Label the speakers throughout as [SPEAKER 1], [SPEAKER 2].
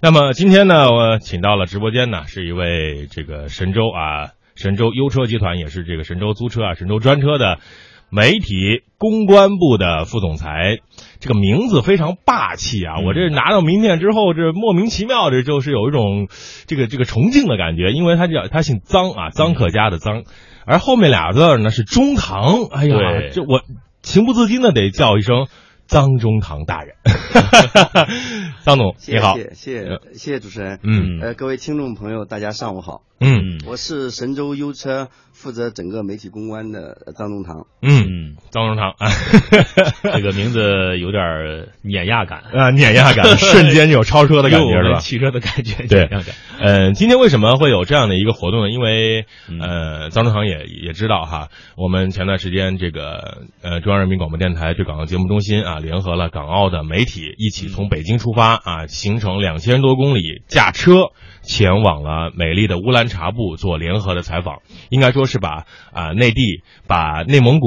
[SPEAKER 1] 那么今天呢，我请到了直播间呢，是一位这个神州啊，神州优车集团也是这个神州租车啊、神州专车的媒体公关部的副总裁，这个名字非常霸气
[SPEAKER 2] 嗯
[SPEAKER 1] 啊！我这拿到名片之后，这莫名其妙，这就是有一种这个这个崇敬的感觉，因为他叫他姓臧啊，臧克家的臧，而后面俩字儿呢是中
[SPEAKER 2] 嗯
[SPEAKER 1] 堂，哎呀
[SPEAKER 3] 对，
[SPEAKER 1] 这我情不自禁的得叫一声。臧中堂大 人， 臧总，
[SPEAKER 2] 谢
[SPEAKER 1] 你
[SPEAKER 2] 谢
[SPEAKER 1] 好，
[SPEAKER 2] 谢谢谢谢主持人，
[SPEAKER 1] 嗯
[SPEAKER 2] 呃，各位听众朋友，大家上午好，
[SPEAKER 1] 嗯
[SPEAKER 2] 我是神州优车负责整个媒体公关的呃张东堂，
[SPEAKER 1] 嗯，
[SPEAKER 3] 嗯，
[SPEAKER 1] 张荣堂啊，
[SPEAKER 3] 这个名字有点儿碾压 感，
[SPEAKER 1] 啊，碾压感，瞬间有超车的感
[SPEAKER 3] 有
[SPEAKER 1] 觉
[SPEAKER 3] 我
[SPEAKER 1] 是
[SPEAKER 3] 们
[SPEAKER 1] 吧？
[SPEAKER 3] 汽车的感觉，
[SPEAKER 1] 对
[SPEAKER 3] 碾压感。
[SPEAKER 1] 嗯，今天为什么会有这样的一个活动呢？因为
[SPEAKER 3] 嗯
[SPEAKER 1] 呃，张荣堂也也知道哈，我们前段时间这个呃中央人民广播电台对港澳节目中心啊，联合了港澳的媒体一起从北京出发啊，行程两千多公里，驾车前往了美丽的乌兰察布做联合的采访。应该说是把啊、内地、把内蒙古、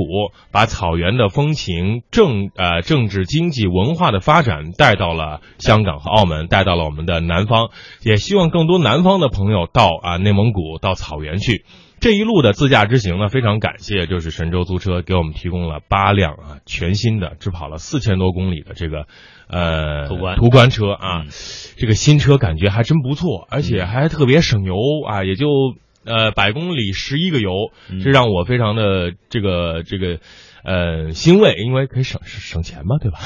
[SPEAKER 1] 把草原的风情、政呃政治、经济、文化的发展带到了香港和澳门，带到了我们的南方，也希望更多南方的朋友到啊、内蒙古、到草原去。这一路的自驾之行呢，非常感谢就是神州租车给我们提供了八辆啊全新的，只跑了四千多公里的这个呃
[SPEAKER 3] 途观
[SPEAKER 1] 途观车啊，
[SPEAKER 3] 嗯
[SPEAKER 1] 这个新车感觉还真不错，而且还特别省油啊，也就呃百公里十一个油，
[SPEAKER 3] 嗯
[SPEAKER 1] 这让我非常的这个这个呃欣慰，因为可以省省钱嘛，对吧？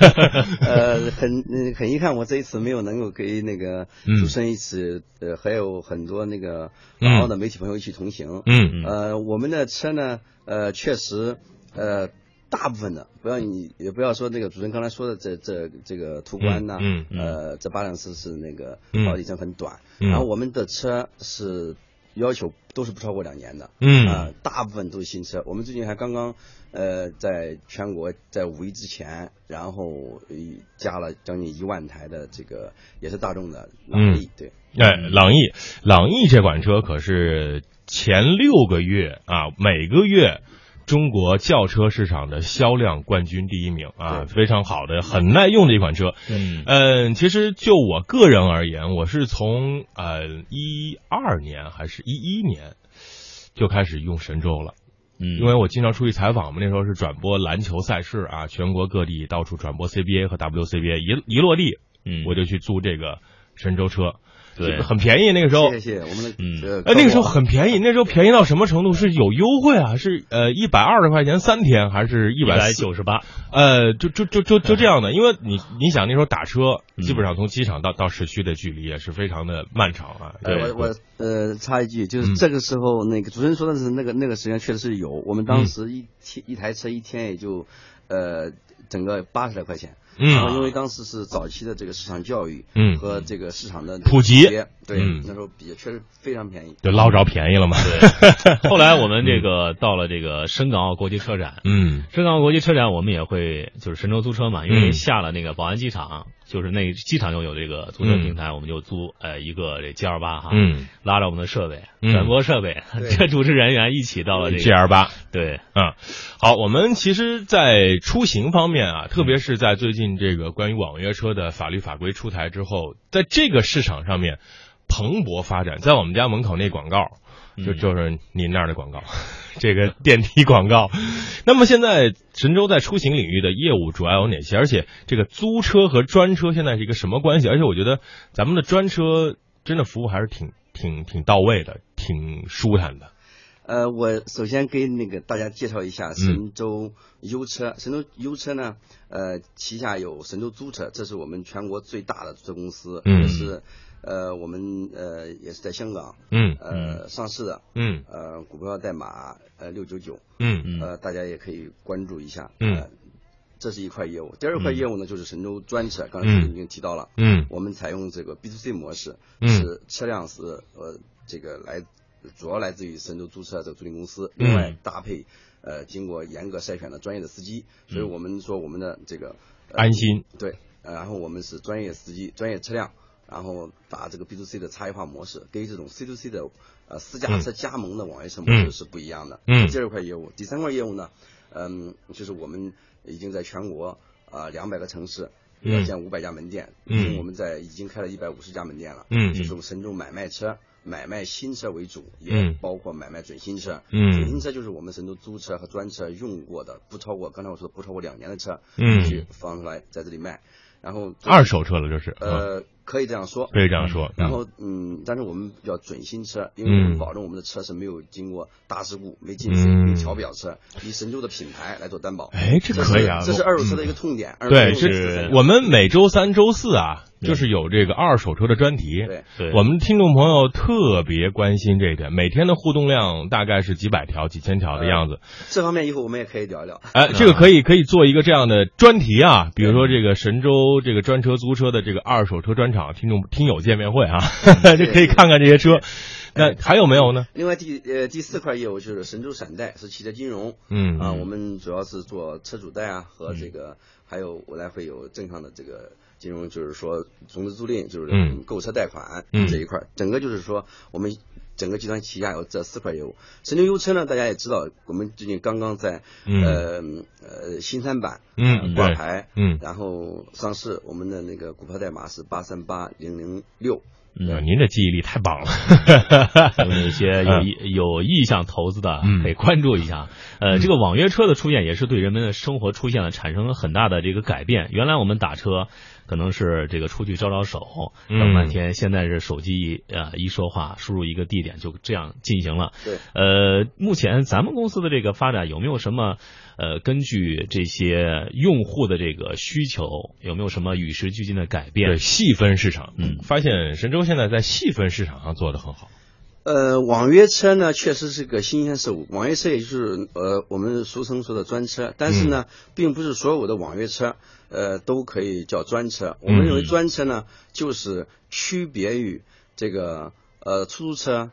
[SPEAKER 2] 呃，很嗯很遗憾，我这一次没有能够跟那个
[SPEAKER 1] 嗯
[SPEAKER 2] 主持人一起，呃，还有很多那个港澳的媒体朋友一起同行，
[SPEAKER 1] 嗯
[SPEAKER 2] 呃，我们的车呢，呃，确实，呃。大部分的，不要你也不要说那个主持人刚才说的这这这个途观呐、
[SPEAKER 1] 嗯嗯
[SPEAKER 2] 呃，这八辆车是那个
[SPEAKER 1] 嗯
[SPEAKER 2] 保里程很短，
[SPEAKER 1] 嗯
[SPEAKER 2] 然后我们的车是要求都是不超过两年的，啊、
[SPEAKER 1] 嗯
[SPEAKER 2] 大部分都是新车。我们最近还刚刚呃，在全国在五一之前，然后呃加了将近一万台的这个也是大众的
[SPEAKER 1] 嗯
[SPEAKER 2] 朗逸，对，
[SPEAKER 1] 哎，朗逸，朗逸这款车可是前六个月啊，每个月中国轿车市场的销量冠军第一名啊，
[SPEAKER 2] 对
[SPEAKER 1] 非常好的，很耐用的一款车。
[SPEAKER 3] 嗯
[SPEAKER 1] 嗯，其实就我个人而言，我是从呃一二年还是一一年就开始用神州了。
[SPEAKER 3] 嗯，
[SPEAKER 1] 因为我经常出去采访嘛，那时候是转播篮球赛事啊，全国各地到处转播 CBA 和 WCBA，一一落地
[SPEAKER 3] 嗯
[SPEAKER 1] 我就去租这个神州车，
[SPEAKER 3] 对
[SPEAKER 1] 很便宜那个时候
[SPEAKER 2] 谢。谢我们的、
[SPEAKER 3] 嗯
[SPEAKER 2] 呃，
[SPEAKER 1] 哦呃，那个时候
[SPEAKER 2] 客户啊
[SPEAKER 1] 很便宜，那时候便宜到什么程度？是有优惠啊？是呃一百二十块钱三天，还是一
[SPEAKER 3] 一
[SPEAKER 1] 百
[SPEAKER 3] 百九十八，
[SPEAKER 1] 呃，就就就就就这样的，因为你你想那时候打车，
[SPEAKER 3] 嗯
[SPEAKER 1] 基本上从机场到到市区的距离也是非常的漫长啊。
[SPEAKER 2] 呃
[SPEAKER 1] 对，
[SPEAKER 2] 我我呃插一句，就
[SPEAKER 1] 嗯
[SPEAKER 2] 是这个时候那个主持人说的是那个那个时间确实是有，我们当
[SPEAKER 1] 嗯
[SPEAKER 2] 时一天、一台车一天也就呃整个八十来块钱，然后因
[SPEAKER 1] 嗯
[SPEAKER 2] 为当时是早期的这个市场教育，
[SPEAKER 1] 嗯
[SPEAKER 2] 和这个市场的
[SPEAKER 1] 普及
[SPEAKER 2] 对，
[SPEAKER 1] 嗯
[SPEAKER 2] 那时候比确实非常便宜。
[SPEAKER 1] 就捞着便宜了嘛。
[SPEAKER 3] 后来我们这个到了这个深港澳国际车展，
[SPEAKER 1] 嗯
[SPEAKER 3] 深港澳国际车展我们也会就是神州租车嘛，因为
[SPEAKER 1] 嗯
[SPEAKER 3] 下了那个宝安机场，就是那机场又有这个租车平台，我们就租呃一个这 G 二八哈，
[SPEAKER 1] 嗯
[SPEAKER 3] 拉着我们的设备
[SPEAKER 1] 嗯
[SPEAKER 3] 转播设备，
[SPEAKER 2] 对
[SPEAKER 3] 这主持人员一起到了这
[SPEAKER 1] ，G
[SPEAKER 3] 个
[SPEAKER 1] L 八。
[SPEAKER 3] 对
[SPEAKER 1] 啊，好，我们其实，在出行方面啊，特别是在最近这个关于网约车的法律法规出台之后，在这个市场上面蓬勃发展。在我们家门口那广告，就
[SPEAKER 3] 嗯
[SPEAKER 1] 就是您那儿的广告， 这个电梯广告。那么现在神州在出行领域的业务主要有哪些？而且这个租车和专车现在是一个什么关系？而且我觉得咱们的专车真的服务还是挺挺挺到位的，挺舒坦的。
[SPEAKER 2] 呃，我首先给那个大家介绍一下
[SPEAKER 1] 嗯
[SPEAKER 2] 神州优车。神州优车呢，呃，旗下有神州租车，这是我们全国最大的租车公司，
[SPEAKER 1] 嗯
[SPEAKER 2] 也是呃我们呃也是在香港
[SPEAKER 1] 嗯
[SPEAKER 2] 呃、上市的，
[SPEAKER 1] 嗯
[SPEAKER 2] 呃股票代码呃六九九，
[SPEAKER 1] 嗯
[SPEAKER 3] 嗯
[SPEAKER 2] 呃大家也可以关注一下。
[SPEAKER 1] 嗯
[SPEAKER 2] 呃这是一块业务，第二块业务呢、就是神州专车，刚才
[SPEAKER 1] 嗯
[SPEAKER 2] 已经提到了。
[SPEAKER 1] 嗯
[SPEAKER 2] 我们采用这个 B to C 模式，
[SPEAKER 1] 嗯
[SPEAKER 2] 是车辆是呃这个来主要来自于神州租车这个租赁公司，
[SPEAKER 1] 嗯
[SPEAKER 2] 另外搭配呃经过严格筛选的专业的司机，所以
[SPEAKER 1] 嗯
[SPEAKER 2] 我们说我们的这个、呃
[SPEAKER 1] 安心。
[SPEAKER 2] 对、呃然后我们是专业司机、专业车辆，然后打这个 B to C 的差异化模式，跟这种 C to C 的呃私家车加盟的网约车模式
[SPEAKER 1] 嗯
[SPEAKER 2] 是不一样的。
[SPEAKER 1] 嗯
[SPEAKER 2] 第二块业务，第三块业务呢，嗯，就是我们已经在全国啊两百个城市
[SPEAKER 1] 嗯
[SPEAKER 2] 要建五百家门店，
[SPEAKER 1] 嗯
[SPEAKER 2] 因为我们在已经开了一百五十家门店了，
[SPEAKER 1] 嗯
[SPEAKER 2] 就是神州买卖车。买卖新车为主，也
[SPEAKER 1] 嗯
[SPEAKER 2] 包括买卖准新车。
[SPEAKER 1] 嗯
[SPEAKER 2] 准新车就是我们神州租车和专车用过的，不超过刚才我说的不超过两年的车，
[SPEAKER 1] 嗯
[SPEAKER 2] 去放出来在这里卖。然后
[SPEAKER 1] 二手车了，这是，啊，
[SPEAKER 2] 呃，可以这样说，
[SPEAKER 1] 可以这样说。嗯
[SPEAKER 2] 然后嗯，但是我们叫准新车，因为我
[SPEAKER 1] 嗯
[SPEAKER 2] 们保证我们的车是没有经过大事故、没进水、
[SPEAKER 1] 嗯
[SPEAKER 2] 没调表车，以神州的品牌来做担保。
[SPEAKER 1] 哎，这
[SPEAKER 2] 是
[SPEAKER 1] 可以啊，
[SPEAKER 2] 这是二手车的
[SPEAKER 1] 嗯
[SPEAKER 2] 一个痛点。二手
[SPEAKER 1] 对，
[SPEAKER 2] 车
[SPEAKER 1] 这
[SPEAKER 2] 的一个痛点
[SPEAKER 1] 我们每周三、周四啊，就是有这个二手车的专题。
[SPEAKER 2] 对
[SPEAKER 3] 对，
[SPEAKER 1] 我们听众朋友特别关心这一点，每天的互动量大概是几百条、几千条的样子。
[SPEAKER 2] 这方面以后我们也可以聊一聊。
[SPEAKER 1] 哎，这个可以可以做一个这样的专题啊，比如说这个神州这个专车租车的这个二手车专场听众听友见面会啊，
[SPEAKER 2] 嗯
[SPEAKER 1] 这可以看看这些车。
[SPEAKER 2] 哎
[SPEAKER 1] 那还有没有呢？
[SPEAKER 2] 另外第呃第四块业务就是神州闪贷，是汽车金融。
[SPEAKER 1] 嗯
[SPEAKER 2] 啊，我们主要是做车主贷啊和这个，还有未来会有正向的这个金融，就是说从资租赁，就是
[SPEAKER 1] 嗯
[SPEAKER 2] 购车贷款
[SPEAKER 1] 嗯
[SPEAKER 2] 这一块儿，整个就是说我们整个集团旗下有这四块业务。神州优车呢，大家也知道，我们最近刚刚在
[SPEAKER 1] 嗯
[SPEAKER 2] 呃呃新三板
[SPEAKER 1] 嗯
[SPEAKER 2] 呃挂
[SPEAKER 1] 对
[SPEAKER 2] 牌，
[SPEAKER 1] 嗯
[SPEAKER 2] 然后上市，我们的那个股票代码是八三八零零六。
[SPEAKER 1] 啊您这记忆力太棒了。
[SPEAKER 3] 有 一些有意有意向投资的
[SPEAKER 1] 嗯
[SPEAKER 3] 可以关注一下。呃，这个网约车的出现也是对人们的生活出现了产生了很大的这个改变。原来我们打车可能是这个出去招招手，
[SPEAKER 1] 嗯
[SPEAKER 3] 等半天，现在是手机一呃一说话，输入一个地点就这样进行了。
[SPEAKER 2] 对，
[SPEAKER 3] 呃，目前咱们公司的这个发展有没有什么呃，根据这些用户的这个需求，有没有什么与时俱进的改变？
[SPEAKER 1] 对细分市场，
[SPEAKER 3] 嗯
[SPEAKER 1] 发现神州现在在细分市场上做的很好。
[SPEAKER 2] 呃，网约车呢，确实是个新鲜事物。网约车也就是呃，我们俗称说的专车，但是
[SPEAKER 1] 嗯
[SPEAKER 2] 呢，并不是所有的网约车呃都可以叫专
[SPEAKER 1] 嗯
[SPEAKER 2] 车。我们认为专车呢，就是区别于这个呃出租车，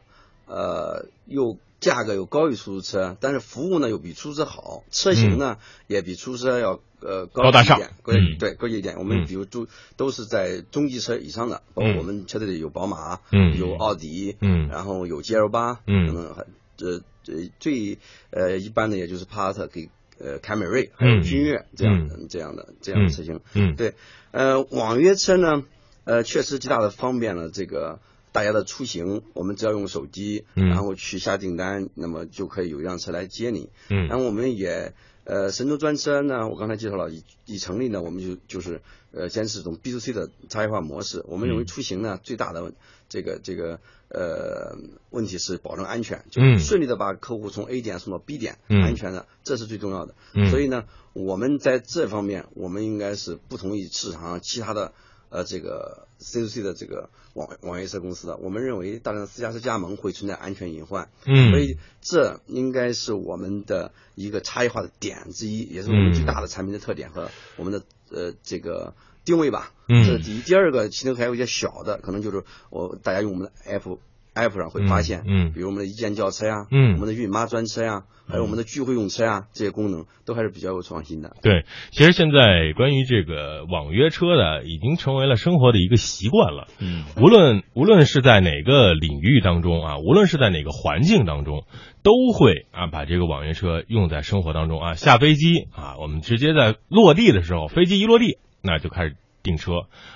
[SPEAKER 2] 呃又价格又高于出租车，但是服务呢又比出租车好，车型呢、也比出租车要呃
[SPEAKER 1] 嗯
[SPEAKER 2] 高
[SPEAKER 1] 高大上
[SPEAKER 2] 一点，高
[SPEAKER 1] 嗯
[SPEAKER 2] 对高级一点。我
[SPEAKER 1] 嗯
[SPEAKER 2] 们比如都都是在中级车以上的，包括我们车队里有宝马，
[SPEAKER 1] 嗯
[SPEAKER 2] 有奥迪，
[SPEAKER 1] 嗯
[SPEAKER 2] 然后有 GL 八，
[SPEAKER 1] 嗯
[SPEAKER 2] 等等，还这这最呃一般的也就是帕萨特给呃凯美瑞，还
[SPEAKER 1] 嗯
[SPEAKER 2] 有君越这样的
[SPEAKER 1] 嗯
[SPEAKER 2] 这样的这样的车型。
[SPEAKER 1] 嗯
[SPEAKER 2] 对，呃，网约车呢，呃，确实极大的方便了这个。大家的出行，我们只要用手机，
[SPEAKER 1] 嗯
[SPEAKER 2] 然后去下订单，那么就可以有一辆车来接你。
[SPEAKER 1] 嗯
[SPEAKER 2] 然后我们也呃，神州专车呢，我刚才介绍了，已已成立呢，我们就就是呃，坚持这种 B to C 的差异化模式。我们认为
[SPEAKER 1] 嗯
[SPEAKER 2] 出行呢，最大的这个这个呃问题是保证安全，就
[SPEAKER 1] 嗯
[SPEAKER 2] 是顺利的把客户从 A 点送到 B 点，
[SPEAKER 1] 嗯
[SPEAKER 2] 安全的，这是最重要的。
[SPEAKER 1] 嗯
[SPEAKER 2] 所以呢，我们在这方面，我们应该是不同于市场上其他的。呃，这个 C to C 的这个网网约车公司的，我们认为大量的私家车加盟会存在安全隐患，
[SPEAKER 1] 嗯
[SPEAKER 2] 所以这应该是我们的一个差异化的点之一，也是我们最大的产品的特点和我们的呃这个定位吧。
[SPEAKER 1] 嗯
[SPEAKER 2] 这是第一。第二个，其中还有一些小的，可能就是我大家用我们的 app app 上会发现，
[SPEAKER 1] 嗯嗯
[SPEAKER 2] 比如我们的一键叫车呀、
[SPEAKER 1] 嗯
[SPEAKER 2] 我们的孕妈专车呀、还有我们的聚会用车呀、这些功能都还是比较有创新的。
[SPEAKER 1] 对，其实现在关于这个网约车的，已经成为了生活的一个习惯了。
[SPEAKER 3] 嗯，
[SPEAKER 1] 无论无论是在哪个领域当中啊，无论是在哪个环境当中，都会啊把这个网约车用在生活当中啊。下飞机啊，我们直接在落地的时候，飞机一落地，那就开始订车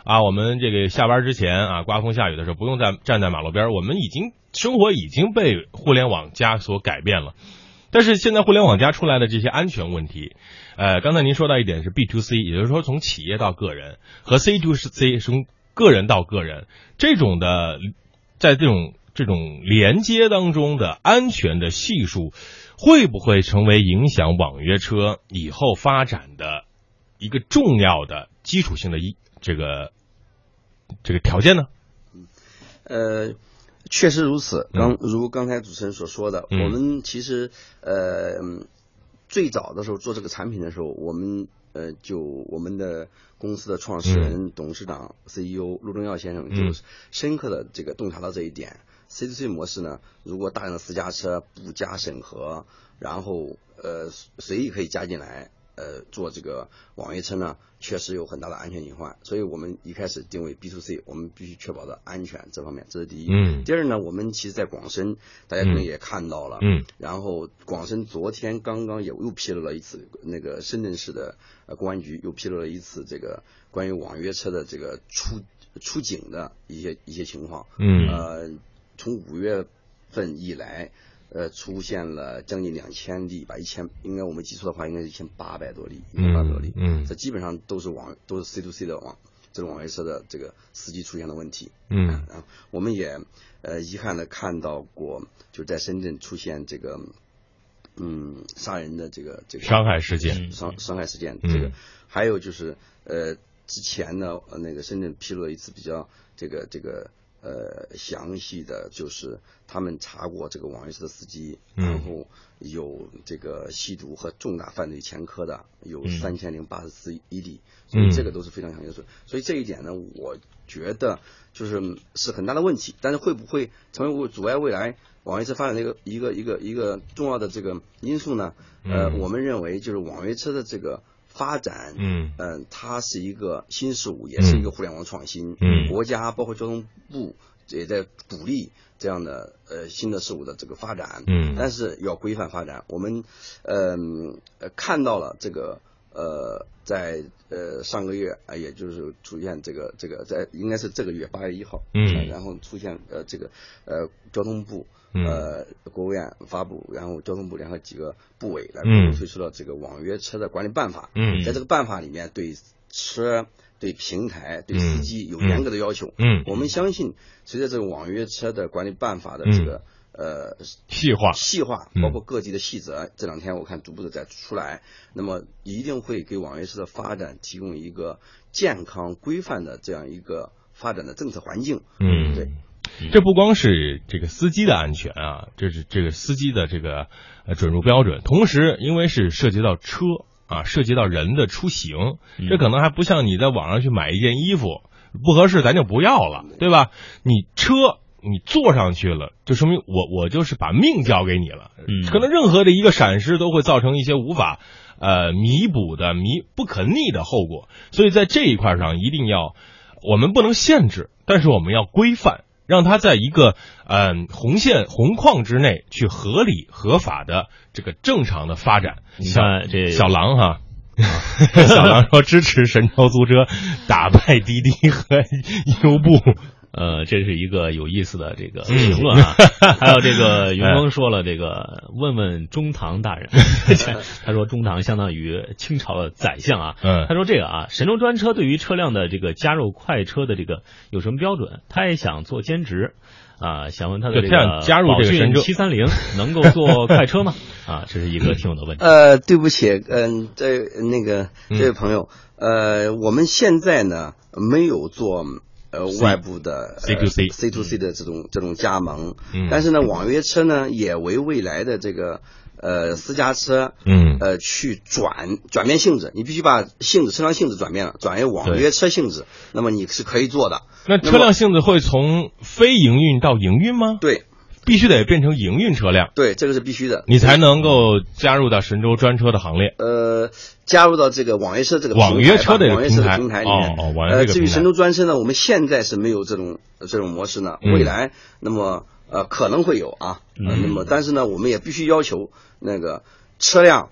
[SPEAKER 1] 啊。我们这个下班之前啊，刮风下雨的时候，不用再站在马路边儿，我们已经生活已经被互联网加所改变了。但是现在互联网加出来的这些安全问题，呃，刚才您说到一点是 B to C，也就是说从企业到个人和 C to C 从个人到个人这种的，在这种这种连接当中的安全的系数，会不会成为影响网约车以后发展的一个重要的基础性的一这个这个条件呢？
[SPEAKER 2] 呃，确实如此。刚
[SPEAKER 1] 嗯
[SPEAKER 2] 如刚才主持人所说的，
[SPEAKER 1] 嗯
[SPEAKER 2] 我们其实呃嗯最早的时候做这个产品的时候，我们呃就我们的公司的创始人、董事长、CEO 陆正耀先生
[SPEAKER 1] 嗯
[SPEAKER 2] 就深刻的这个洞察到这一点。C to C 模式呢，如果大量的私家车不加审核，然后呃随随意可以加进来，呃做这个网约车呢，确实有很大的安全隐患，所以我们一开始定位 B to C，我们必须确保的安全这方面，这是第一。
[SPEAKER 1] 嗯
[SPEAKER 2] 第二呢，我们其实在广深，大家可能也看到了，
[SPEAKER 1] 嗯，
[SPEAKER 2] 然后广深昨天刚刚也又披露了一次，那个深圳市的呃公安局又披露了一次这个关于网约车的这个出出警的一些一些情况。
[SPEAKER 1] 嗯
[SPEAKER 2] 呃，从五月份以来，呃，出现了将近两千例吧，一千，应该我们记错的话，应该是一千八百多例，一千八百多例。
[SPEAKER 1] 嗯嗯
[SPEAKER 2] 这基本上都是网都是 C to C 的网，这种网约车的这个司机出现的问题。
[SPEAKER 1] 嗯
[SPEAKER 2] 啊，我们也呃遗憾的看到过，就在深圳出现这个嗯杀人的这个这个
[SPEAKER 1] 伤害事件，
[SPEAKER 3] 嗯
[SPEAKER 2] 伤伤害事件。
[SPEAKER 1] 嗯
[SPEAKER 2] 这个还有就是呃，之前呢，呃那个深圳披露了一次比较这个这个呃详细的，就是他们查过这个网约车的司机，
[SPEAKER 1] 嗯
[SPEAKER 2] 然后有这个吸毒和重大犯罪前科的，有
[SPEAKER 3] 嗯
[SPEAKER 2] 三千零八十四 E 一例，所
[SPEAKER 1] 嗯
[SPEAKER 2] 以这个都是非常详细的。所以这一点呢，我觉得就是是很大的问题，但是会不会成为阻碍未来网约车发展的一个一个一个一个重要的这个因素呢？呃，
[SPEAKER 1] 嗯
[SPEAKER 2] 我们认为就是网约车的这个发展，
[SPEAKER 1] 嗯
[SPEAKER 2] 嗯，它是一个新事物，也是一个互联网创新。
[SPEAKER 1] 嗯
[SPEAKER 2] 国家包括交通部也在鼓励这样的呃新的事物的这个发展。
[SPEAKER 1] 嗯
[SPEAKER 2] 但是要规范发展。我们嗯呃看到了这个呃在呃上个月啊、呃也就是出现这个这个在应该是这个月八月一号，
[SPEAKER 1] 嗯
[SPEAKER 2] 呃然后出现呃这个呃交通部
[SPEAKER 1] 嗯
[SPEAKER 2] 呃国务院发布，然后交通部联合几个部委来
[SPEAKER 1] 嗯
[SPEAKER 2] 共同推出了这个网约车的管理办法。
[SPEAKER 1] 嗯
[SPEAKER 2] 在这个办法里面，对车、对平台、对
[SPEAKER 1] 嗯
[SPEAKER 2] 司机有严格的要求。
[SPEAKER 1] 嗯，
[SPEAKER 2] 我们相信，随着这个网约车的管理办法的这个、呃
[SPEAKER 1] 细化，
[SPEAKER 2] 细化
[SPEAKER 1] 嗯，
[SPEAKER 2] 包括各地的细则，这两天我看逐步的在出来，那么一定会给网约车的发展提供一个健康规范的这样一个发展的政策环境。
[SPEAKER 1] 嗯，
[SPEAKER 2] 对。
[SPEAKER 1] 这不光是这个司机的安全啊，这是这个司机的这个呃准入标准，同时因为是涉及到车啊，涉及到人的出行，这可能还不像你在网上去买一件衣服不合适咱就不要了，对吧？你车你坐上去了，就说明我我就是把命交给你了，
[SPEAKER 3] 嗯
[SPEAKER 1] 可能任何的一个闪失都会造成一些无法呃弥补的弥不可逆的后果，所以在这一块上一定要，我们不能限制，但是我们要规范，让它在一个嗯、红线红框之内去合理合法的这个正常的发展。
[SPEAKER 3] 你看这
[SPEAKER 1] 小狼哈。 小狼说：“支持神州租车打败滴滴和优步。
[SPEAKER 3] 呃，这是一个有意思的这
[SPEAKER 1] 嗯
[SPEAKER 3] 个评论 啊。还有这个云峰说了，这个问问中堂大人，
[SPEAKER 1] 哎
[SPEAKER 3] 他说中堂相当于清朝的宰相啊。”
[SPEAKER 1] 嗯
[SPEAKER 3] 他说这个啊，神州专车对于车辆的这个加入快车的这个有什么标准？他也想做兼职。啊，想问他的
[SPEAKER 1] 对
[SPEAKER 3] 这
[SPEAKER 1] 他
[SPEAKER 3] 个
[SPEAKER 1] 想加入这个神州
[SPEAKER 3] 七三零能够做快车吗？ 啊，这是一个挺有的问题。
[SPEAKER 2] 呃，对不起，嗯、这那个
[SPEAKER 1] 嗯
[SPEAKER 2] 这位朋友，呃，我们现在呢没有做呃
[SPEAKER 1] C-
[SPEAKER 2] 外部的呃
[SPEAKER 1] C to C
[SPEAKER 2] C to C 的这种这种加盟，
[SPEAKER 1] 嗯
[SPEAKER 2] 但是呢，网约车呢也为未来的这个呃私家车，
[SPEAKER 1] 嗯
[SPEAKER 2] 呃去转转变性质，你必须把性质车辆性质转变了，转为网约车性质，那么你是可以做的，
[SPEAKER 1] 那车辆性质会从非营运到营运吗？
[SPEAKER 2] 对
[SPEAKER 1] 必须得变成营运车辆，
[SPEAKER 2] 对，这个是必须的，
[SPEAKER 1] 你才能够加入到神州专车的行列。
[SPEAKER 2] 呃，加入到这个网约车这个平台吧
[SPEAKER 1] 网约车的
[SPEAKER 2] 网约车
[SPEAKER 1] 平台
[SPEAKER 2] 的平台里面。
[SPEAKER 1] 哦哦网约车这个
[SPEAKER 2] 呃，至于
[SPEAKER 1] 平台
[SPEAKER 2] 神州专车呢，我们现在是没有这种呃这种模式呢，
[SPEAKER 1] 嗯
[SPEAKER 2] 未来那么呃可能会有啊，呃
[SPEAKER 3] 嗯
[SPEAKER 2] 那么但是呢，我们也必须要求那个车辆，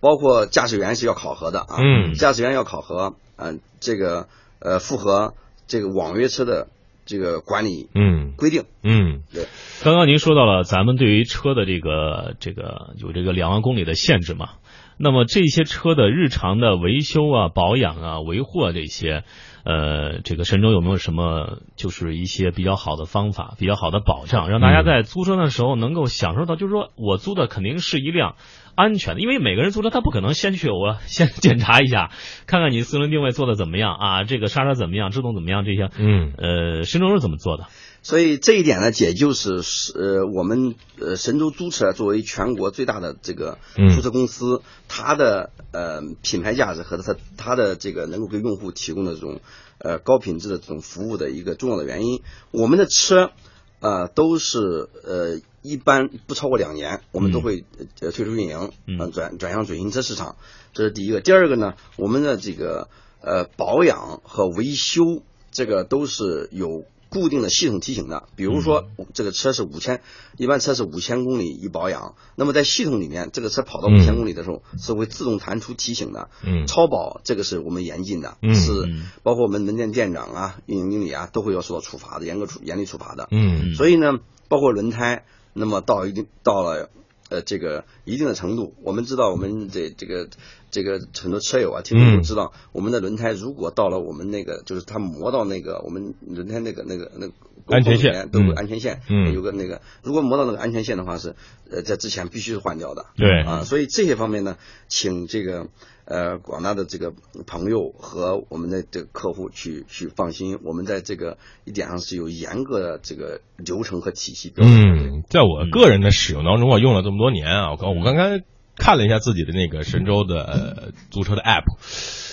[SPEAKER 2] 包括驾驶员是要考核的啊，
[SPEAKER 1] 嗯
[SPEAKER 2] 驾驶员要考核，嗯、这个呃符合这个网约车的这个管理
[SPEAKER 1] 嗯
[SPEAKER 2] 规定，
[SPEAKER 1] 嗯
[SPEAKER 2] 对。
[SPEAKER 3] 刚刚您说到了咱们对于车的这个这个有这个两万公里的限制嘛，那么这些车的日常的维修啊、保养啊、维护啊这些，呃，这个神州有没有什么就是一些比较好的方法、比较好的保障，让大家在租车的时候能够享受到，就是说我租的肯定是一辆安全的，因为每个人租车他不可能先去我先检查一下， 看看你四轮定位做的怎么样啊，这个刹车怎么样，制动怎么样这些，
[SPEAKER 1] 嗯
[SPEAKER 3] 呃，神州是怎么做的？
[SPEAKER 2] 所以这一点呢，也就是是呃，我们呃神州租车作为全国最大的这个
[SPEAKER 1] 嗯
[SPEAKER 2] 租车公司，它的呃品牌价值和它它的这个能够给用户提供的这种呃高品质的这种服务的一个重要的原因。我们的车呃，都是呃，一般不超过两年，我
[SPEAKER 1] 嗯
[SPEAKER 2] 们都会呃退出运营，
[SPEAKER 3] 嗯
[SPEAKER 2] 呃转转向准新车市场，这是第一个。第二个呢，我们的这个呃保养和维修，这个都是有固定的系统提醒的。比如说，
[SPEAKER 1] 嗯
[SPEAKER 2] 这个车是五千，一般车是五千公里一保养，那么在系统里面，这个车跑到五
[SPEAKER 1] 嗯
[SPEAKER 2] 千公里的时候、是会自动弹出提醒的。
[SPEAKER 1] 嗯
[SPEAKER 2] 超保这个是我们严禁的，
[SPEAKER 1] 嗯
[SPEAKER 2] 是
[SPEAKER 3] 嗯
[SPEAKER 2] 包括我们门店店长啊、运营经理啊都会要受到处罚的，严格处严厉处罚的。
[SPEAKER 1] 嗯
[SPEAKER 2] 所以呢，包括轮胎，那么到一定到了呃这个一定的程度，我们知道我们这这个这个很多车友啊，听众都知道，
[SPEAKER 1] 嗯
[SPEAKER 2] 我们的轮胎如果到了我们那个就是它磨到那个我们轮胎那个那个那个沟
[SPEAKER 1] 安全
[SPEAKER 2] 缝里
[SPEAKER 1] 线
[SPEAKER 2] 面都有
[SPEAKER 1] 嗯
[SPEAKER 2] 个安全线，
[SPEAKER 1] 嗯
[SPEAKER 2] 有个那个如果磨到那个安全线的话是呃在之前必须是换掉的，
[SPEAKER 1] 对
[SPEAKER 2] 啊，所以这些方面呢，请这个呃广大的这个朋友和我们的这个客户去去放心，我们在这个一点上是有严格的这个流程和体系标准。
[SPEAKER 1] 嗯，在我个人的使用当中啊，用了这么多年啊，我刚我刚刚看了一下自己的那个神州的呃租车的 app，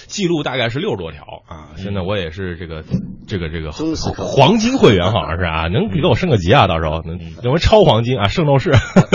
[SPEAKER 1] 记录大概是六十多条啊。现在我也是这个这个这个
[SPEAKER 2] 忠实客户嗯
[SPEAKER 1] 黄金会员，好像是 啊，能给我升个级啊，到时候能成为超黄金啊，圣斗士。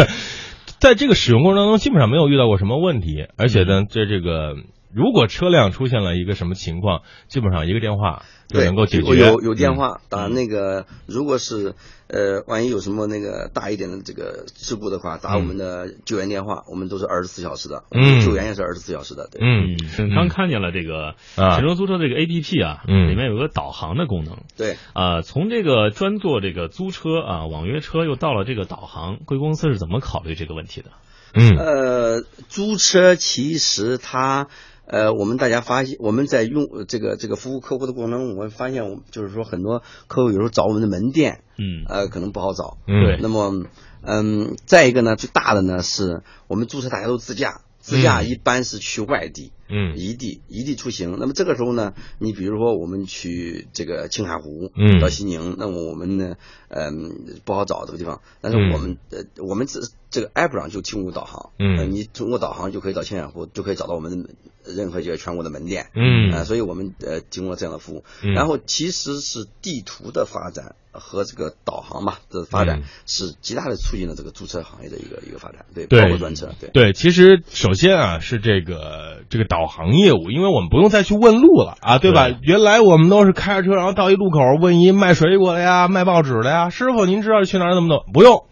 [SPEAKER 1] 在这个使用过程当中，基本上没有遇到过什么问题，而且
[SPEAKER 2] 嗯
[SPEAKER 1] 呢，这这个如果车辆出现了一个什么情况，基本上一个电话就
[SPEAKER 2] 对，
[SPEAKER 1] 能够解
[SPEAKER 2] 如果
[SPEAKER 1] 决。
[SPEAKER 2] 有有电
[SPEAKER 1] 嗯
[SPEAKER 2] 话打那个，如果是呃，万一有什么那个大一点的这个事故的话，打我们的救援电话，我们都是二十四小时的，我们
[SPEAKER 1] 嗯
[SPEAKER 2] 救援也是二十四小时的，对。
[SPEAKER 1] 嗯
[SPEAKER 3] 嗯，刚看见了这个
[SPEAKER 2] 嗯
[SPEAKER 1] 啊
[SPEAKER 3] 神州租车这个 A P P 啊，
[SPEAKER 1] 嗯
[SPEAKER 3] 里面有个导航的功能。
[SPEAKER 2] 对，
[SPEAKER 3] 啊，从这个专做这个租车啊、网约车，又到了这个导航，贵公司是怎么考虑这个问题的？
[SPEAKER 1] 嗯
[SPEAKER 2] 呃，租车其实它，呃，我们大家发现，我们在用呃这个这个服务客户的过程中，我们发现，我们就是说很多客户有时候找我们的门店，
[SPEAKER 3] 嗯
[SPEAKER 2] 呃，可能不好找。
[SPEAKER 1] 嗯
[SPEAKER 3] 对
[SPEAKER 2] 那么，嗯，再一个呢，最大的呢是我们租车大家都自驾，自驾一般是去外地。
[SPEAKER 1] 嗯
[SPEAKER 2] 异地异地出行，那么这个时候呢，你比如说我们去这个青海湖，
[SPEAKER 1] 嗯
[SPEAKER 2] 到西宁，那么我们呢，嗯、不好找这个地方，但是我们、呃，我们这这个 app 上就提供导航，
[SPEAKER 1] 嗯
[SPEAKER 2] 呃你通过导航就可以到青海湖，就可以找到我们任何一个全国的门店，
[SPEAKER 1] 嗯
[SPEAKER 2] 呃所以我们呃提供了这样的服务，
[SPEAKER 1] 嗯
[SPEAKER 2] 然后其实是地图的发展和这个导航嘛的发展
[SPEAKER 1] 嗯，
[SPEAKER 2] 是极大的促进了这个租车行业的一个一个发展，对，
[SPEAKER 1] 对
[SPEAKER 2] 包括专车，对。
[SPEAKER 1] 对，其实首先啊是这个这个导航业务，因为我们不用再去问路了啊，对吧？
[SPEAKER 3] 对
[SPEAKER 1] 原来我们都是开着车，然后到一路口问一卖水果的呀、卖报纸的呀，师傅您知道去哪儿怎么走？不用。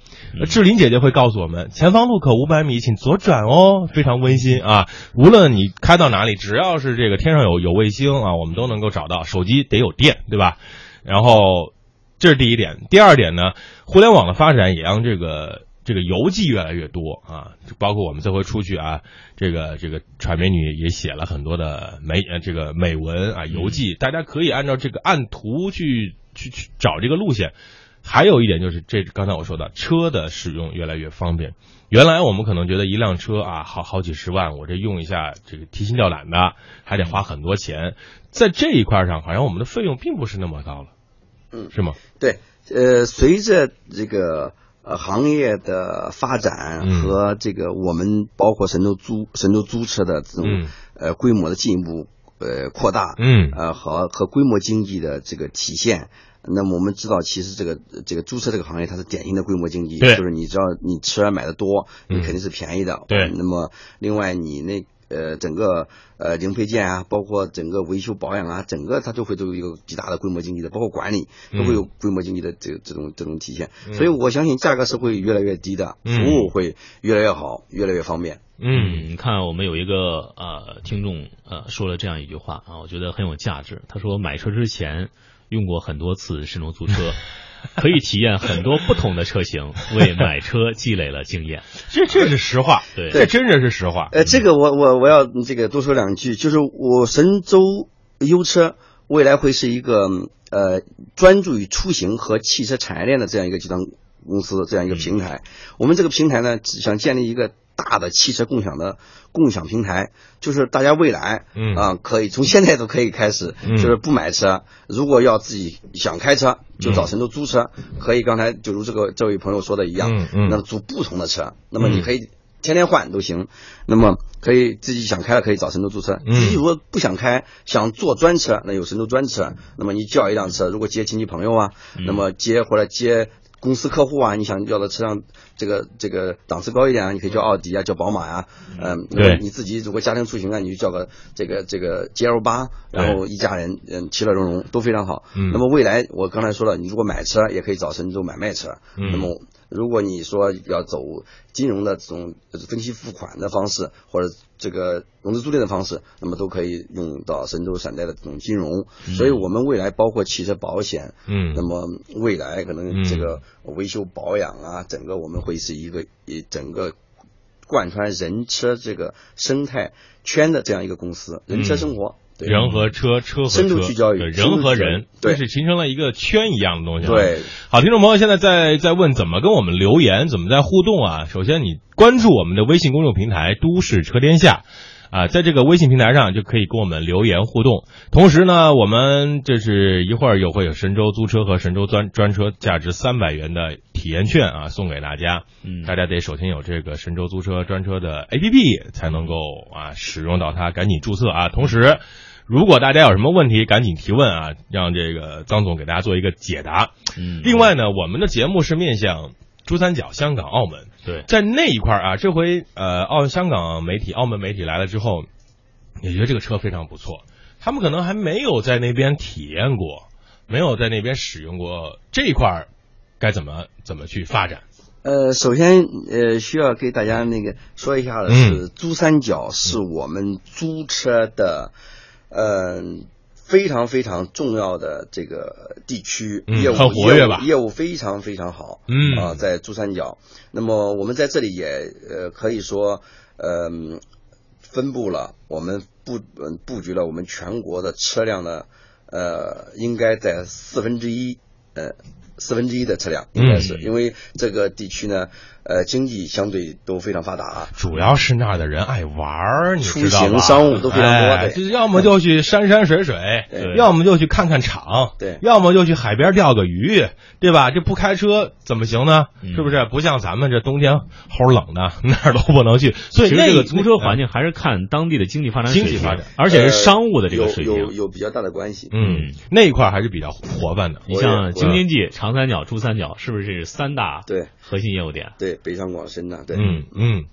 [SPEAKER 1] 志玲姐姐会告诉我们，前方路口五百米，请左转哦，非常温馨啊！无论你开到哪里，只要是这个天上有有卫星啊，我们都能够找到。手机得有电，对吧？然后这是第一点。第二点呢，互联网的发展也让这个这个游记越来越多啊，包括我们这回出去啊，这个这个传媒女也写了很多的美呃这个美文啊游记，大家可以按照这个按图去去去找这个路线。还有一点就是，这刚才我说的，车的使用越来越方便。原来我们可能觉得一辆车啊，好好几十万，我这用一下这个提心吊胆的，还得花很多钱。在这一块上，好像我们的费用并不是那么高了，
[SPEAKER 2] 嗯
[SPEAKER 1] 是吗？
[SPEAKER 2] 对，呃，随着这个呃行业的发
[SPEAKER 1] 嗯
[SPEAKER 2] 展和这个我们包括神州租神州租车的这种、
[SPEAKER 1] 嗯
[SPEAKER 2] 呃规模的进一步呃扩大，
[SPEAKER 1] 嗯
[SPEAKER 2] 呃和和规模经济的这个体现。那么我们知道，其实这个这个租车这个行业，它是典型的规模经济，
[SPEAKER 1] 对
[SPEAKER 2] 就是你只要你车买的多，你
[SPEAKER 1] 嗯
[SPEAKER 2] 肯定是便宜的。
[SPEAKER 1] 对
[SPEAKER 2] 那么另外你那呃整个呃零配件啊，包括整个维修保养啊，整个它都会都有一个极大的规模经济的，包括管理都会有规模经济的这这种这种体现。所以我相信价格是会越来越低的，
[SPEAKER 1] 嗯
[SPEAKER 2] 服务会越来越好，越来越方便。
[SPEAKER 1] 嗯
[SPEAKER 3] 你看我们有一个呃听众呃说了这样一句话啊，我觉得很有价值。他说买车之前用过很多次神州租车，可以体验很多不同的车型，为买车积累了经验。
[SPEAKER 1] 这这是实话，
[SPEAKER 3] 对
[SPEAKER 1] 这真的是实话。
[SPEAKER 2] 呃，这个我我我要这个多说两句，就是我神州优车未来会是一个嗯呃专注于出行和汽车产业链的这样一个集团公司这样一个平台。我们这个平台呢，想建立一个大的汽车共享的共享平台，就是大家未来
[SPEAKER 1] 嗯
[SPEAKER 2] 啊、可以从现在都可以开始，
[SPEAKER 1] 嗯
[SPEAKER 2] 就是不买车，如果要自己想开车，就
[SPEAKER 1] 嗯
[SPEAKER 2] 找神州租车，可以刚才就如这个这位朋友说的一样，
[SPEAKER 1] 嗯嗯
[SPEAKER 2] 那么租不同的车，那么你可以天天换都行，那么可以自己想开了可以找神州租车，
[SPEAKER 1] 嗯
[SPEAKER 2] 自己如果不想开，想坐专
[SPEAKER 1] 嗯
[SPEAKER 2] 车，那有神州专车，那么你叫一辆车，如果接亲戚朋友啊，那么接或者接。公司客户啊，你想要的车辆这个这个档次高一点啊，你可以叫奥迪啊，叫宝马呀、嗯，那么
[SPEAKER 1] 对
[SPEAKER 2] 你自己如果家庭出行啊，你就叫个这个这个 G L 八，然后一家人嗯其乐融融都非常好。
[SPEAKER 1] 嗯
[SPEAKER 2] 那么未来我刚才说了，你如果买车也可以找神州买卖车。
[SPEAKER 1] 嗯
[SPEAKER 2] 那么如果你说要走金融的这种呃分期付款的方式，或者这个融资租赁的方式，那么都可以用到神州闪贷的这种金融。所以我们未来包括汽车保险，
[SPEAKER 1] 嗯
[SPEAKER 2] 那么未来可
[SPEAKER 1] 嗯
[SPEAKER 2] 能这个维修保养啊，整个我们会是一个一整个贯穿人车这个生态圈的这样一个公司，人车生活。对
[SPEAKER 1] 嗯人和车，车和车，
[SPEAKER 2] 深度聚焦于
[SPEAKER 1] 对
[SPEAKER 2] 深度
[SPEAKER 1] 人和
[SPEAKER 2] 聚焦于
[SPEAKER 1] 人，
[SPEAKER 2] 对
[SPEAKER 1] 就是形成了一个圈一样的东西。啊
[SPEAKER 2] 对，
[SPEAKER 1] 好，听众朋友现在在在问怎么跟我们留言，怎么在互动啊？首先，你关注我们的微信公众平台“都市车天下”。啊，在这个微信平台上就可以跟我们留言互动。同时呢，我们这是一会儿有会有神州租车和神州专专车价值三百元的体验券啊，送给大家。
[SPEAKER 3] 嗯
[SPEAKER 1] 大家得首先有这个神州租车专车的 APP 才能够啊使用到它，赶紧注册啊！同时，如果大家有什么问题，赶紧提问啊，让这个张总给大家做一个解答。
[SPEAKER 3] 嗯，
[SPEAKER 1] 另外呢，我们的节目是面向珠三角、香港、澳门，
[SPEAKER 3] 对，
[SPEAKER 1] 在那一块儿啊，这回呃，澳香港媒体、澳门媒体来了之后，也觉得这个车非常不错。他们可能还没有在那边体验过，没有在那边使用过这一块儿该怎么怎么去发展。
[SPEAKER 2] 呃，首先呃，需要给大家那个说一下的是，
[SPEAKER 1] 嗯
[SPEAKER 2] 珠三角是我们租车的，呃，非常非常重要的这个地区，
[SPEAKER 1] 嗯
[SPEAKER 2] 业务
[SPEAKER 1] 很活跃吧
[SPEAKER 2] 业务业务非常非常好，
[SPEAKER 1] 嗯
[SPEAKER 2] 啊、在珠三角。那么我们在这里也呃，可以说，嗯、分布了我们布嗯布局了我们全国的车辆的呃，应该在四分之一呃四分之一的车辆，应该是、
[SPEAKER 1] 嗯
[SPEAKER 2] 因为这个地区呢，呃，经济相对都非常发达。啊
[SPEAKER 1] 主要是那儿的人爱玩儿，你知道吧？
[SPEAKER 2] 出行商务都非常多
[SPEAKER 1] 哎
[SPEAKER 2] 对
[SPEAKER 1] 就是要么就去山山水水，
[SPEAKER 2] 对
[SPEAKER 1] 要么就去看看场，
[SPEAKER 2] 对
[SPEAKER 1] 要么就去海边钓个鱼，对吧？这不开车怎么行呢？
[SPEAKER 3] 嗯
[SPEAKER 1] 是不是？不像咱们这冬天齁冷的， 哪儿都不能去。所以
[SPEAKER 3] 其实
[SPEAKER 1] 那
[SPEAKER 3] 这个
[SPEAKER 1] 那
[SPEAKER 3] 租车环境还是看当地的经济发展水平
[SPEAKER 1] 经济发展
[SPEAKER 3] 而且是商务的这个
[SPEAKER 2] 呃
[SPEAKER 3] 水
[SPEAKER 2] 有有
[SPEAKER 3] 平。
[SPEAKER 2] 有比较大的关系。
[SPEAKER 1] 嗯，那一块儿还是比较活泛的。
[SPEAKER 3] 你
[SPEAKER 2] 我也
[SPEAKER 3] 像京
[SPEAKER 2] 我
[SPEAKER 3] 津冀、长三角、珠三角，是不是这是三大
[SPEAKER 2] 对
[SPEAKER 3] 核心业务点？
[SPEAKER 2] 对，北上广深呐、对，
[SPEAKER 1] 嗯嗯，